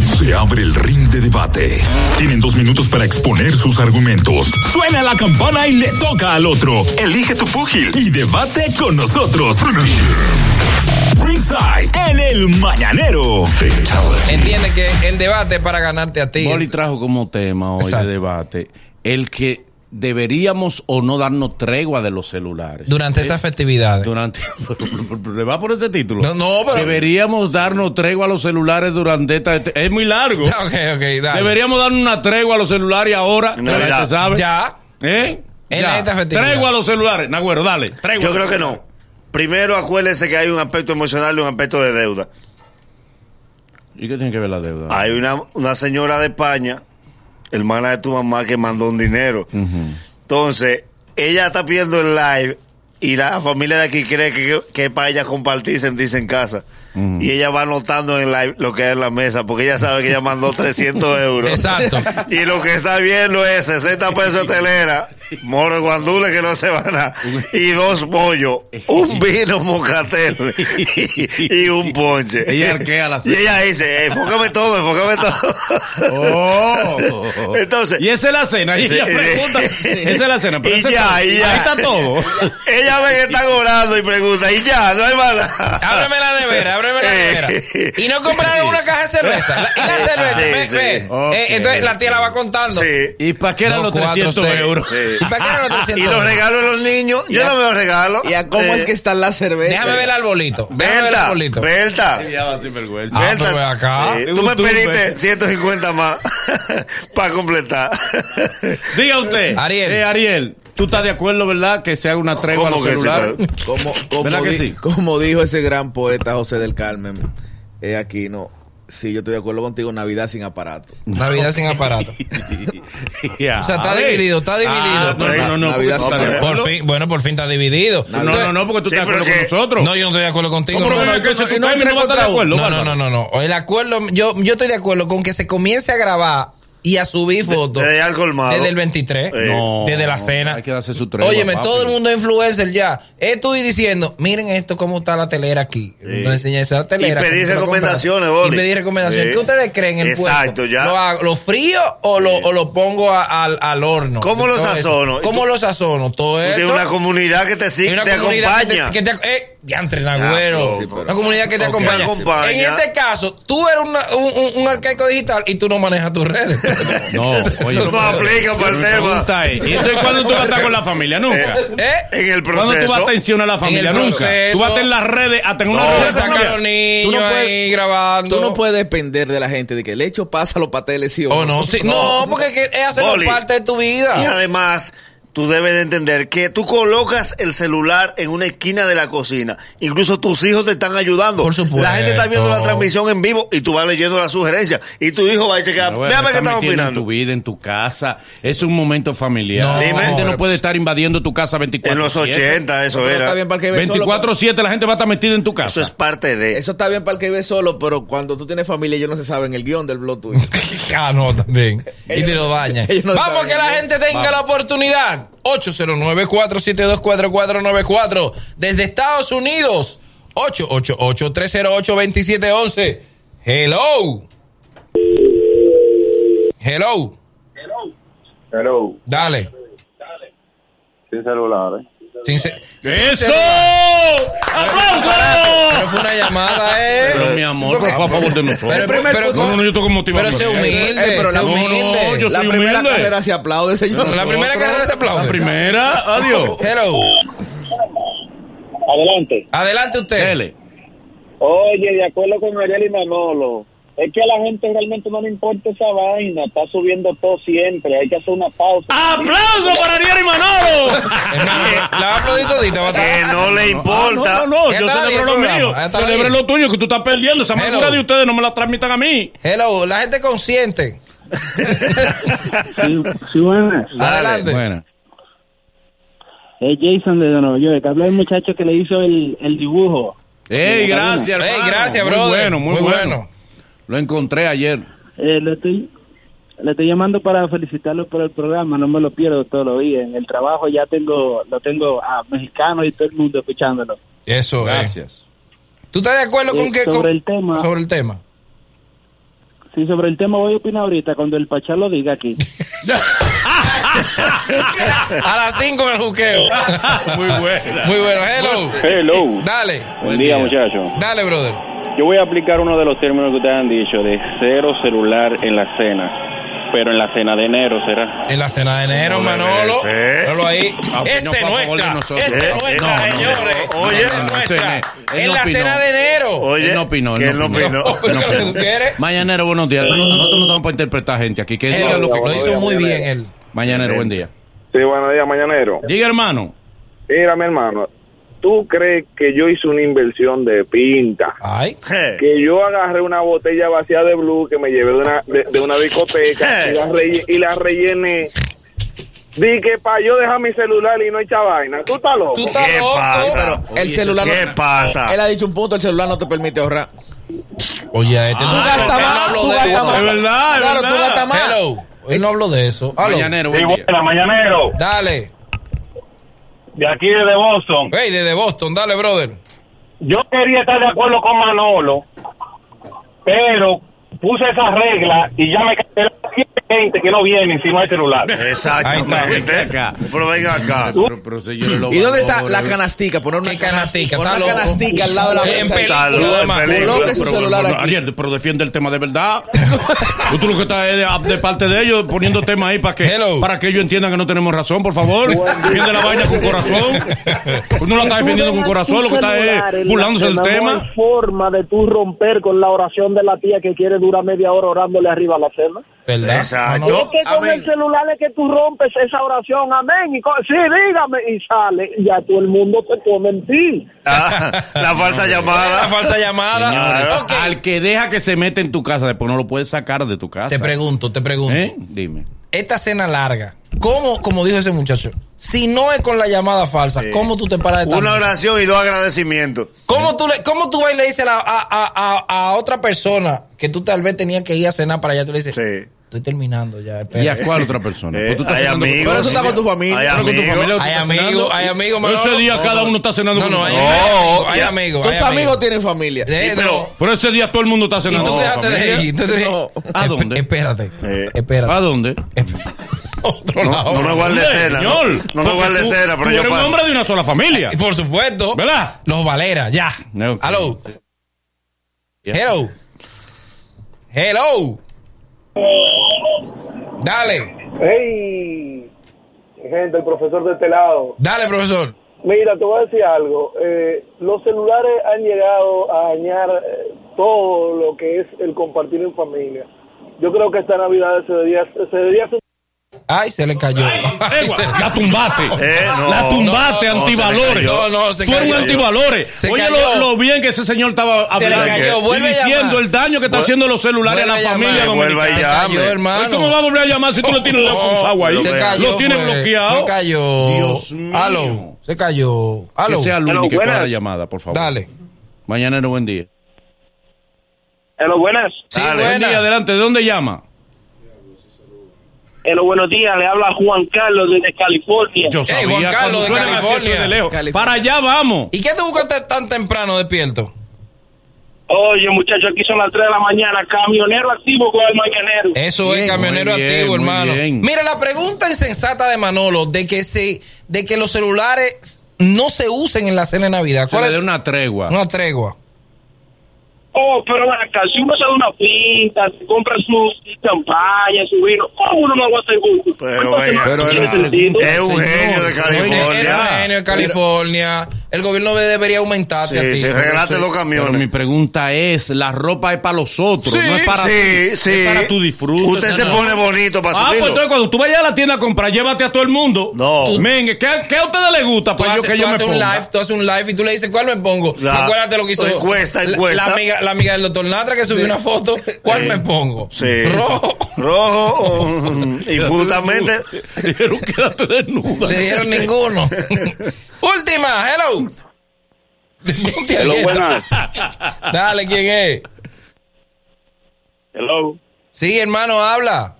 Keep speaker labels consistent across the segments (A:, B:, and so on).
A: Se abre el ring de debate. Tienen dos minutos para exponer sus argumentos. Suena la campana y le toca al otro. Elige tu púgil y debate con nosotros. Ringside en el mañanero.
B: Entiende que el debate es para ganarte a ti.
C: Boli trajo como tema hoy
B: Exacto.
C: de debate el que deberíamos o no darnos tregua de los celulares.
B: Durante estas festividades.
C: Durante. ¿Le va por ese título?
B: No, no, pero-
C: Deberíamos darnos tregua a los celulares durante esta. este- Es muy largo.
B: Ya, Ok, ok, dale.
C: Deberíamos darnos una tregua a los celulares ahora.
D: No,
C: la gente
D: ya.
C: sabe.
B: Ya.
C: ¿Eh?
B: En
C: Ya.
B: esta festividad.
C: Tregua a los celulares. Nagüero, dale. Tregua.
D: Yo creo que no. Primero acuérdese que hay un aspecto emocional y un aspecto de deuda.
C: ¿Y qué tiene que ver la deuda?
D: Hay una, una señora de España, hermana de tu mamá, que mandó un dinero. Entonces, ella está pidiendo el live y la familia de aquí cree que, que es para ella compartir, sentirse en casa. Y ella va anotando en el live lo que hay en la mesa, porque ella sabe que ella mandó 300 euros.
B: Exacto.
D: Y lo que está viendo es 60 pesos de telera, moro de guandule que no se van a, y dos pollos, un vino mocatel y, y un ponche.
C: Ella arquea la
D: Y ella dice, enfócame todo, enfócame todo.
C: Oh.
D: Entonces-
C: y esa es la cena. Y
D: Sí.
C: ella pregunta. Esa es la cena. Pero
D: Y
C: ese
D: ya,
C: todo-
D: y ya.
C: Ahí está todo.
D: Ella ve que está cobrando y pregunta, y ya, no hay mala.
B: Ábreme la nevera, ábreme la nevera. Y no compraron una caja de cerveza. La- y la cerveza,
D: Sí,
B: ve,
D: sí.
B: ve.
C: Ok.
B: Eh, entonces la tía la va contando.
D: Sí.
C: ¿Y para qué eran
B: Dos,
C: los
B: cuatro,
C: 300
B: seis.
C: euros?
D: Sí.
B: ¿Y para qué eran los 300?
D: Y los regalos de los niños, yo
E: a-
D: no me los regalo.
E: ¿Y a cómo
D: Eh,
E: es que están las cervezas?
B: Déjame ver el arbolito. Déjame ver el
D: Berta,
B: arbolito.
D: Berta.
B: Ah,
D: Berta,
B: pero ven acá.
D: sí,
C: Es
D: tú
C: un
D: me
C: tumbe.
D: pediste 150 más para completar.
C: Diga usted.
B: Ariel.
C: Eh, Ariel, ¿tú estás de acuerdo, verdad, que se haga una tregua a los
D: ¿Cómo que sí,
C: celulares?
D: tal?
E: Como, como
C: ¿Verdad que
E: di-
C: sí?
E: como dijo ese gran poeta José del Carmen, eh, aquí no. Sí, yo estoy de acuerdo contigo, Navidad sin aparato.
B: Navidad sin aparato.
C: Ya.
B: O sea, está
C: A ver.
B: dividido, está dividido.
C: Ah, no, no, no, no. porque
E: Navidad
C: tú estás
E: sin
C: de
B: Por
C: acuerdo.
B: fin, bueno, por fin está dividido.
C: No, no, no, porque tú
D: Sí,
C: estás de acuerdo
D: pero
C: con
D: que-
C: nosotros.
B: No, yo no estoy de acuerdo contigo.
C: ¿Cómo que no?
E: no,
C: Es que
E: no,
C: ese
E: no,
C: tu Carmen no
E: tres
C: va a estar de
E: contra
C: acuerdo,
B: No, no,
C: Bárbara.
B: no, no, no. El acuerdo, yo, yo estoy de acuerdo con que se comience a grabar y a subir fotos
D: desde ya colmado.
B: desde el 23,
D: Eh.
C: No,
B: desde la cena.
C: hay que darse su tregua,
B: Óyeme,
C: papi.
B: todo el mundo es influencer ya. Estoy diciendo, miren esto, cómo está la telera aquí. Entonces enseñé esa telera.
D: Y pedir
B: cómo te la
D: recomendaciones,
B: compraron.
D: Boli.
B: Y pedir recomendaciones.
D: Sí.
B: ¿Qué ustedes creen el
D: Exacto,
B: puerco?
D: ya.
B: ¿Lo, hago- lo frío o lo, o lo pongo a- al, al horno?
D: ¿Cómo lo
B: Todo eso.
D: sazono?
B: ¿Cómo lo sazono? Todo
D: Tú
B: eso.
D: tienes una comunidad que te sigue,
B: Hay una
D: te
B: comunidad
D: acompaña.
B: que te, que te- eh, diantre, Nagüero.
D: Ah, sí, pero-
B: una comunidad que te
D: Ok.
B: acompaña.
D: Te acompaña.
B: En este caso, tú eres una- un, un, un arcaico digital y tú no manejas tus redes. Eh,
C: No, oye.
D: no aplica para el
C: Mi pregunta
D: tema.
C: es, ¿y entonces cuándo tú vas a estar con la familia? Nunca.
B: ¿Eh?
D: En el
C: ¿Cuándo tú vas a
D: proceso.
C: atención a la familia?
B: En el
C: Nunca.
B: proceso.
C: Tú vas a estar en las redes, hasta en una
D: No,
C: reunión
B: Ahora
C: de familia.
B: sacaron niños
C: Tú no puedes-
B: ahí grabando.
E: Tú no puedes depender de la gente de que el hecho pasa los pasteles sí o
B: Oh, no, sí. no, porque es que es hacerlo
D: Boli.
B: parte de tu
D: Y
B: vida.
D: además, tú debes de entender que tú colocas el celular en una esquina de la cocina. Incluso tus hijos te están ayudando.
B: Por supuesto.
D: La gente está viendo la transmisión en vivo y tú vas leyendo las sugerencias. Y tu hijo va a checar.
C: Pero bueno,
D: Véame
C: te
D: qué
C: estás
D: están
C: metiendo En tu
D: opinando.
C: vida, en tu casa. Es un momento familiar.
B: No,
C: la gente
B: pero-
C: no puede estar invadiendo tu casa 24
D: En los 80 eso
E: Pero
D: era.
E: está bien para el que vive solo,
C: 24-7 la gente va a estar metida en tu
D: Eso
C: casa.
D: es parte
E: pero-
D: de...
E: Eso está bien para el que vive solo, pero cuando tú tienes familia, ellos no se saben el guión del blog tuyo.
B: Ah, no, también. Y te lo dañan.
E: ellos no
B: Vamos
E: saben,
B: que la
E: ¿no?
B: gente tenga la oportunidad. 809-472-4494. Desde Estados Unidos. 888-308-2711. Hello. Hello.
F: Hello,
B: Dale.
F: sin ¿eh? celulares.
B: Sin se-
C: ¡Eso!
B: Pero
C: ¡Aplauso!
B: fue una llamada, ¿eh?
C: Pero mi amor,
B: Porque-
C: pero fue a favor de nosotros.
B: Pero- pero- pero-
C: no, no, yo estoy como
B: pero sé humilde,
E: Eh, pero
B: sé
E: la-
B: humilde.
C: No, no, yo
E: la
C: soy
E: primera
C: humilde.
E: carrera se aplaude, señor.
B: La primera carrera se aplaude.
C: La primera, adiós.
B: Hello.
F: Adelante.
B: Adelante usted.
C: Dele.
F: Oye, de acuerdo con Ariel y Manolo, es que a la gente realmente no le importa esa vaina, está subiendo todo siempre, hay que hacer una pausa.
C: ¡Aplauso para Ariel y Manolo!
B: Hermano, la va a aplaudir todita, va a estar-
D: Que no le importa.
C: Ah, No, no, no,
B: Ya
C: yo
B: está la diez
C: celebro lo
B: programa,
C: mío.
B: ya está la
C: Celebre
B: diez.
C: lo tuyo que tú estás perdiendo. Esa
B: Hello.
C: amargura de ustedes no me la transmitan a mí.
B: Hello, la gente consciente.
G: Sí, sí, buenas.
B: Adelante.
C: Bueno.
G: Es Jason de Nueva York. Habla el muchacho que le hizo el, el dibujo.
C: Ey, gracias,
B: Ey,
C: hermano.
B: gracias,
C: muy
B: brother.
C: Bueno, muy,
B: Muy
C: bueno.
B: bueno.
C: Lo encontré ayer.
G: Eh, le, estoy, le estoy llamando para felicitarlo por el programa. No me lo pierdo todos los días. En el trabajo ya tengo lo tengo a mexicanos y todo el mundo escuchándolo.
B: Eso, eh.
C: Gracias.
B: ¿Tú estás de acuerdo
G: Eh,
B: con que
G: sobre
B: con-
G: el tema.
B: Sobre el tema.
G: si sobre el tema voy a opinar ahorita, cuando el Pachá lo diga aquí.
B: A las 5 el juqueo.
H: Muy buena.
B: Muy bueno, hello.
I: Hello.
B: Dale,
I: Buen día, muchachos.
B: dale, brother.
I: Yo voy a aplicar uno de los términos que ustedes han dicho, de cero celular en la cena. Pero en la cena de enero será.
B: En la cena de enero,
D: Como debe
B: Manolo.
D: ser.
B: Míralo ahí.
C: Ah, pues
B: Ese
C: no fue a
B: no
C: favor de
B: está.
C: nosotros.
B: Ese
D: Eh,
B: no está,
C: no, no,
B: señores.
D: no, no, oye,
B: Ese
C: no,
B: no
C: ese
B: está.
C: no, él
B: En
C: no
B: la
C: opinó.
B: cena de enero.
D: Oye,
C: Él no opinó,
D: que
C: él
D: él
C: no
D: no
C: opinó.
D: opinó.
B: Pero lo que tú quieres.
C: Mañanero, buenos días. Nosotros no estamos para interpretar gente aquí. Que
B: Él
C: es
B: lo,
C: lo que...
B: lo hizo muy bien él.
C: Mañanero, buen día.
J: Sí, buenos días, mañanero.
C: Diga, hermano.
J: Mira, mi hermano, ¿tú crees que yo hice una inversión de pinta?
B: Ay.
D: Je.
J: Que yo agarré una botella vacía de blue que me llevé de una, de, de una discoteca y la, relle- y la rellené. Di que pa' yo dejar mi celular y no echa vaina. ¿Tú estás loco?
B: Tú estás
D: ¿Qué
B: loco.
D: pasa?
E: El celular
D: ¿Qué
E: no-
D: pasa?
E: Él ha dicho un punto, el celular no te permite ahorrar.
B: Oye, a este
E: Tú
B: no
E: gastas
B: él no
E: más,
B: habló
E: tú
B: de
E: gastas
B: eso.
E: más.
C: Es verdad, es
E: Claro,
C: verdad.
E: tú gastas más.
B: Hello. Él no habló de eso. Aló.
C: Mañanero, buen día.
F: mañanero.
B: Dale.
F: De aquí desde Boston.
B: Hey, desde Boston, dale, brother.
F: Yo quería estar de acuerdo con Manolo, pero puse esa regla y ya me cae gente que no viene encima del celular.
C: Ahí
D: Exactamente.
C: está, venga acá.
D: Pero venga acá.
C: Ah, Pero- pero señores, lo
E: ¿Y dónde está
C: valores.
E: la canastica? Poner una
B: ¿Qué canastica?
E: Poner
B: Está
E: una
B: loco.
E: canastica al lado de la
B: En
D: peli-
E: mesa.
B: película,
D: loco,
B: además.
D: en película.
E: Coloque su
C: Pero,
E: celular
C: pero,
E: aquí.
C: Ariel, pero defiende el tema de verdad. tú, tú lo que estás es de, de parte de ellos poniendo tema ahí para que,
B: Hello.
C: para que ellos entiendan que no tenemos razón, por favor. Defiende la vaina con corazón. Tú no la estás defendiendo con corazón, lo que estás es burlándose del tema.
G: forma de tú romper con la oración de la tía que quiere durar media hora orándole arriba a la cena.
B: ¿Verdad?
D: Exacto.
B: Manolo.
G: que con
E: Amén.
G: el celular es que tú rompes esa oración, amén. Y co- sí, dígame, y sale, y ya todo el mundo te pone en ti.
D: Ah, la falsa
B: La
D: llamada.
B: falsa llamada.
D: Señores.
B: Ok.
C: Al que deja que se mete en tu casa, después no lo puedes sacar de tu casa.
B: Te pregunto, te pregunto.
C: Ah, ¿Eh? Dime.
B: Esta cena larga, ¿cómo, como dijo ese muchacho, si no es con la llamada falsa, ¿cómo tú te paras de esta
D: Una
B: mesa?
D: oración y dos agradecimientos.
B: ¿Cómo tú, le, ¿Cómo tú vas y le dices a, la- a- a- a- a otra persona que tú tal vez tenías que ir a cenar para allá? Tú le dices,
D: Sí.
B: estoy terminando ya,
C: ¿Y
B: espera.
C: a cuál otra persona?
D: Eh,
C: Pues tú estás
D: hay
C: cenando con-
D: amigos.
E: Pero eso está con tu familia.
D: Hay
E: Pero
C: con tu familia,
D: amigos.
C: tú
B: Hay
C: estás
B: amigos,
C: cenando.
B: hay amigos,
C: Ese
B: Manolo.
C: día cada uno está cenando
B: No,
C: con
B: no,
C: su
B: hay,
D: Oh,
B: amigos,
C: familia.
B: hay
D: ya.
B: amigos.
E: Tus
B: hay amigos.
E: amigos tienen familia.
B: Eh, no.
C: Pero ese día todo el mundo está
B: Y
C: cenando
B: tú
C: con su
B: déjate
C: familia.
B: de ir. Entonces,
E: No.
C: ¿A dónde?
B: Espérate.
D: Eh.
B: Espérate.
C: ¿A dónde?
B: Esp- Otro lado.
D: No, no me guarde cena. No,
C: Señor,
D: no me
C: porque
D: guarde
C: tú-
D: cena,
C: tú
D: pero yo
C: eres un
D: paso.
C: hombre de una sola familia.
B: Y por supuesto.
C: ¿Verdad?
B: Los Valera, ya.
C: No.
B: Aló.
C: Ya.
B: Hello. Hello. Dale.
J: Hey, gente, el profesor de este lado.
B: Dale, profesor.
J: Mira, te voy a decir algo. Eh, los celulares han llegado a dañar eh, todo lo que es el compartir en familia. Yo creo que esta Navidad se debería, se debería hacer
B: Ay, se le cayó. Ay,
C: Egua,
B: se-
C: La tumbaste.
D: Eh, no.
C: la tumbaste,
D: No, no,
C: antivalores.
D: no, se
B: le cayó. No, no, se
C: Tú eres un
B: cayó.
C: antivalores.
B: Se
C: Oye
B: cayó.
C: lo, lo bien que ese señor estaba
B: Se le
C: hablando.
B: cayó.
C: Y
B: Vuelve a
C: diciendo
B: llamar.
C: el daño que está haciendo los celulares a la
B: Vuelve a
C: familia
B: llamar.
D: Vuelva y
B: se
C: dominicana.
B: cayó,
D: llame.
B: hermano. Oh,
C: ¿Cómo va a volver a llamar si tú le tienes la
B: No,
C: agua ahí?
B: Se cayó.
C: eh. lo tienes
B: fue.
C: bloqueado.
B: Se cayó.
C: Dios mío.
B: Aló. Se cayó.
C: Que
B: Aló.
C: sea Luis
F: Hello,
C: que coja la
F: buenas.
C: llamada, por favor.
B: Dale.
C: Mañanero, buen día.
F: Hello, buenas.
B: Sí,
D: Dale.
C: Buen
B: buena.
C: día, adelante. ¿De dónde llama?
F: Hello, buenos días. Le habla Juan Carlos desde California.
C: Yo sabía.
B: Juan Carlos,
C: cuando
B: de
C: suenan así,
B: California.
C: eso es de lejos.
E: California.
C: Para allá vamos.
B: ¿Y qué te buscaste tan temprano despierto?
F: Oye, muchachos, aquí son las 3 de la mañana. Camionero activo con el mañanero.
B: Eso
E: Bien.
B: es camionero
C: Muy bien,
B: activo,
C: muy
B: hermano.
C: bien.
B: Mira, la pregunta insensata de Manolo de que se, de que los celulares no se usen en la cena de Navidad.
C: Se
B: ¿Cuál
C: le
B: es?
C: dé una tregua.
B: Una tregua.
F: Oh, pero ven acá, si uno se da una pinta, se compra su champaña, su vino, ¿cómo uno no va a ser gusto?
D: Pero eh,
F: Entonces,
D: venga,
F: no
E: pero
F: tiene
E: era-
F: sentido.
D: Es un
C: Señor.
D: genio
B: Oye, Era
D: de
B: un
D: California.
B: genio de California. El gobierno debería aumentarte a
D: Sí,
B: ti.
D: sí, regalaste los
C: Pero mi
D: camiones.
C: pregunta es, la ropa es para los otros,
B: Sí,
C: no es para
D: Sí,
C: ti,
D: sí.
C: es para tu disfrute.
D: Usted se
C: no.
D: pone bonito para
C: Ah, pues
D: subirlo.
C: entonces cuando tú vayas a la tienda a comprar, llévate a todo el mundo.
D: No. Tú-
C: Men, ¿qué, qué a ustedes les gusta
B: Tú
C: para Pues
B: haces,
C: yo que
B: tú
C: yo me
B: haces
C: ponga?
B: un live, tú haces un live y tú le dices, ¿cuál me pongo?
D: La-
B: Acuérdate lo que hizo
D: Encuesta,
B: la-
D: encuesta.
B: La, amiga, la amiga del doctor Natra que subió una foto, ¿cuál me pongo?
D: Sí.
B: Rojo.
D: Rojo. mm, Y justamente.
C: Dijeron, quédate desnuda.
B: Le dieron ninguno. Última, hello. Ponte
F: Hello,
B: alerta.
F: buenas.
B: Dale, ¿quién es?
F: Hello.
B: Sí, hermano, habla.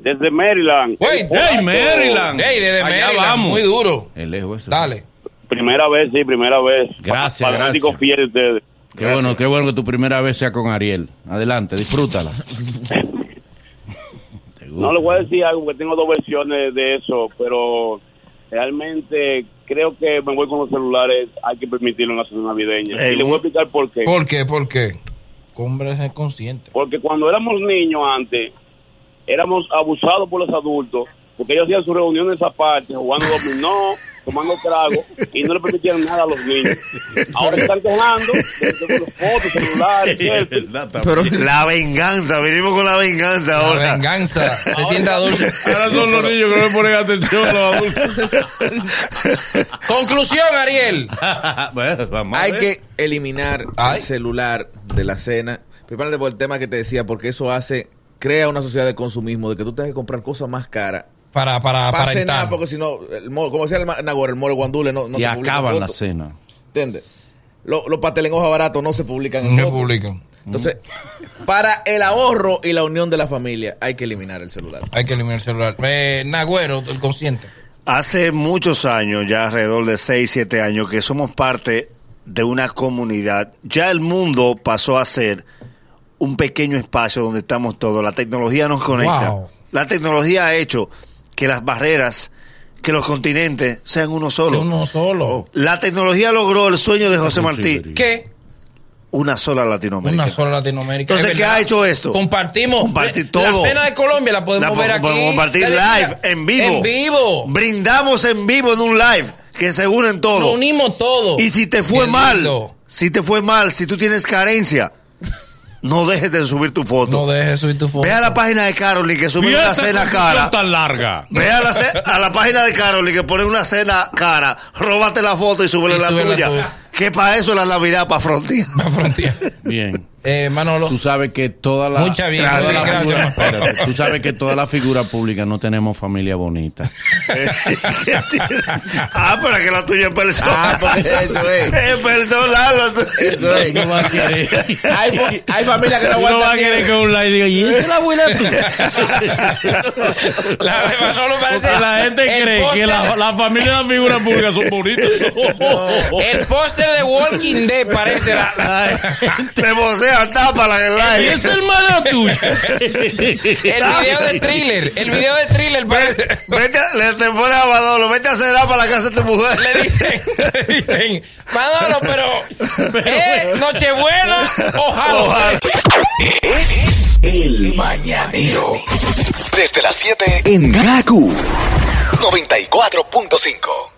F: Desde Maryland.
B: Wait.
C: ¡Hey, Maryland!
B: Hey, desde
C: Allá
B: Maryland,
C: vamos.
B: muy duro.
C: Es lejos eso.
B: Dale.
F: Primera vez, sí, primera vez.
C: Gracias,
F: Fanático
C: gracias.
F: fiel de ustedes.
C: Qué bueno, qué bueno que tu primera vez sea con Ariel. Adelante, disfrútala. Te gusta.
H: No le voy a decir algo, porque tengo dos versiones de eso, pero realmente creo que me voy con los celulares, hay que permitirlo en la zona navideña.
B: Ey,
H: y le voy a explicar por qué.
B: ¿Por qué? ¿Por qué? Hombre, es consciente.
H: Porque cuando éramos niños antes, éramos abusados por los adultos, porque ellos hacían sus reuniones aparte, jugando dominó, tomando trago, y no le permitían nada a los niños. Ahora están quejando de- de los fotos,
J: pues.
H: celulares, selfies.
D: la venganza, venimos con la venganza ahora.
B: venganza, se sienta dulce.
C: Ahora son los niños que no le ponen atención a los adultos.
B: Conclusión, Ariel.
C: Bueno, vamos a
E: Hay
C: ver.
E: que eliminar
B: Ay.
E: el celular de la cena. Prepárate por el tema que te decía, porque eso hace, crea una sociedad de consumismo, de que tú tengas que comprar cosas más caras.
B: Para, para,
E: para
B: para
E: cenar, porque si no, el moro- como decía el ma- Nagore, el moro guandule no, no
C: Y
E: se publica
C: acaban
E: en
C: la
E: foto.
C: cena.
E: ¿Entiendes? Los, los pasteles en hoja barato no se publican en
B: No
E: foto.
B: publican.
E: Entonces, para el ahorro y la unión de la familia, hay que eliminar el celular.
B: Hay que eliminar el celular. Eh, Nagüero, el consciente.
D: Hace muchos años, ya alrededor de 6, 7 años, que somos parte de una comunidad. Ya el mundo pasó a ser un pequeño espacio donde estamos todos. La tecnología nos conecta.
B: Wow.
D: La tecnología ha hecho que las barreras, que los continentes sean uno solo.
B: Uno solo.
E: Oh.
D: La tecnología logró el sueño de José Martí,
B: ¿Qué?
D: una sola Latinoamérica.
B: Una sola Latinoamérica.
D: Entonces,
B: Es
D: ¿qué
B: verdad.
D: ha hecho esto?
B: Compartimos.
D: Compartir
B: La-
D: todo.
B: La cena de Colombia la podemos
D: La
B: ver
D: po-
B: aquí.
D: podemos compartir
B: Ya decía,
D: live, en vivo.
B: En vivo.
D: Brindamos en vivo en un live que se unen
B: Nos
D: todos.
B: unimos todos.
D: Y si te fue
B: Qué
D: mal,
B: lindo.
D: si te fue mal, si tú tienes carencia, no dejes de subir tu foto.
B: No dejes subir tu foto.
D: Ve a la página de Carolyn que sube
C: Y
D: una
C: esta
D: cena
C: conclusión
D: cara.
C: tan larga.
D: Ve a la, ce- a la página de Carolyn que pone una cena cara. Róbate la foto y súbele
B: Y
D: la
B: sube la
D: tuya.
B: tuya.
D: que para eso es la Navidad, para frontear.
B: La frontera.
C: Bien.
B: Eh, Manolo.
C: Tú sabes que toda la
B: Mucha bien.
C: toda la
B: Gracias,
C: figura-
B: gracias.
C: espérate, tú sabes que toda la figura pública no tenemos familia bonita.
D: ah, pero que la tuya es
E: Ah,
D: personal.
B: pues,
E: porque
B: eh,
E: eso es.
D: es personal. la tuya.
E: Eso es.
C: No va a querer.
E: Hay, fa- hay familias Ah, que no
C: No va a
E: aguantan
C: querer
E: nieve.
C: que un like diga, "¿Y esa es la abuela de tu-?"
B: La de Manolo parece.
C: Porque la gente
B: el
C: cree que
B: póster-
C: la, la familia de las figuras públicas son bonitas.
B: El póster de Walking Dead parece la- la-
D: Te bocea, tápala en el
C: Y
D: live.
C: esa es hermana tuya.
B: el video de thriller. El video de thriller parece.
D: Vete a- le te pone a Badolo, vete a cenar para la casa de tu mujer.
B: le dicen, le dicen, Manolo, pero, ¿eh? Nochebuena o Halloween.
A: Es el mañanero. Desde las 7 en Gaku 94.5.